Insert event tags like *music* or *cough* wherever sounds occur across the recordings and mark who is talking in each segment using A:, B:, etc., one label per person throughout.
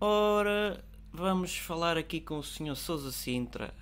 A: Ora, vamos falar aqui com o Sr. Sousa Sintra.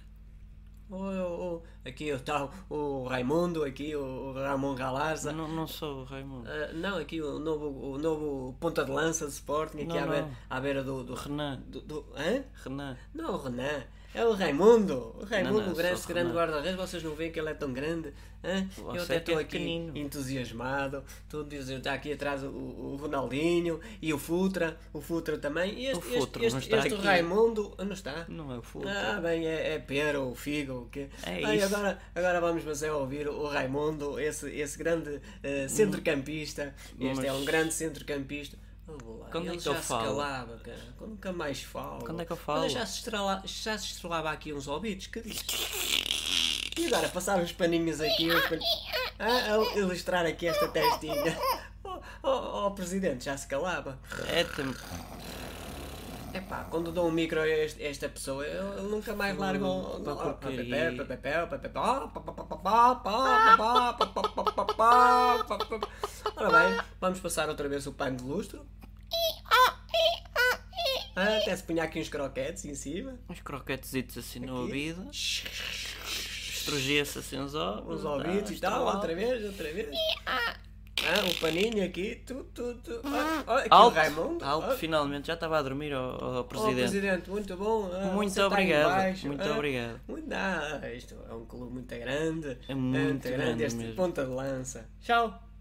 B: Oh, oh, oh, Aqui está o, o Raimundo, aqui o, o Ramon Galaza.
A: Não, não sou o Raimundo.
B: Ah, não, aqui o novo, o novo ponta de lança de Sporting, aqui
A: Não,
B: à, beira,
A: não.
B: à beira do. do,
A: Renan.
B: do- do- hã?
A: Renan.
B: Não, o Renan. É o Raimundo. O Raimundo,
A: Não, não,
B: o grande,
A: sou o
B: grande
A: Renan.
B: guarda-redes. Vocês não veem que ele é tão grande? hã?
A: Você
B: Eu
A: é
B: até estou
A: que é
B: aqui
A: pequenino.
B: entusiasmado. Tudo diz, está tá aqui atrás o, o Ronaldinho e o Futra. O Futra também. E este,
A: O Futra
B: este,
A: não
B: este,
A: está
B: este
A: aqui.
B: Raimundo. Não está?
A: Não é o Fulton.
B: Ah, bem, é, é pera ou figo, o quê?
A: É
B: Bem,
A: isso.
B: Agora, agora vamos você ouvir o Raimundo, esse, esse grande eh, centrocampista. Este é
A: Mas-
B: um grande centrocampista. Oh, lá,
A: Quando é
B: ele
A: que eu
B: já se
A: falo?
B: calava, cara. Quando nunca mais falo.
A: Quando é que eu
B: Olha,
A: falo?
B: já, se estrala, já se estrelava aqui uns ouvidos, que diz? E agora passar uns paninhos aqui, uns pan... ah, a ilustrar aqui esta testinha. *laughs* Oh, oh, oh, presidente, já se calava.
A: É tam...
B: Epá, quando dou um micro a este- esta pessoa, eu eu nunca mais largo. o-
A: Pá,
B: o- o-
A: porcaria.
B: papapé, papapé, papapá, papapá, papapá, papapá, papapá. Ora bem, vamos passar outra vez o pano de lustro. Ah, Até se punha aqui uns croquetes em cima.
A: Uns croquetezitos assim no ouvido.
B: Uns
A: Estrugia-se assim os ovos.
B: ouvidos e tal,
A: estralava.
B: outra vez, outra vez. Ah, o paninho aqui, tu, tu, tu. Ah, ah, aqui o
A: Alto,
B: Raimundo.
A: alto,
B: Ah,
A: finalmente. Já estava a dormir, ó, ó,
B: Oh,
A: presidente.
B: presidente, muito bom. ah,
A: Muito
B: você tá aí
A: obrigado,
B: embaixo,
A: muito
B: ah,
A: obrigado.
B: Muito, ah, isto é um clube muito grande.
A: É muito grande
B: este
A: mesmo.
B: ponta de lança. Tchau.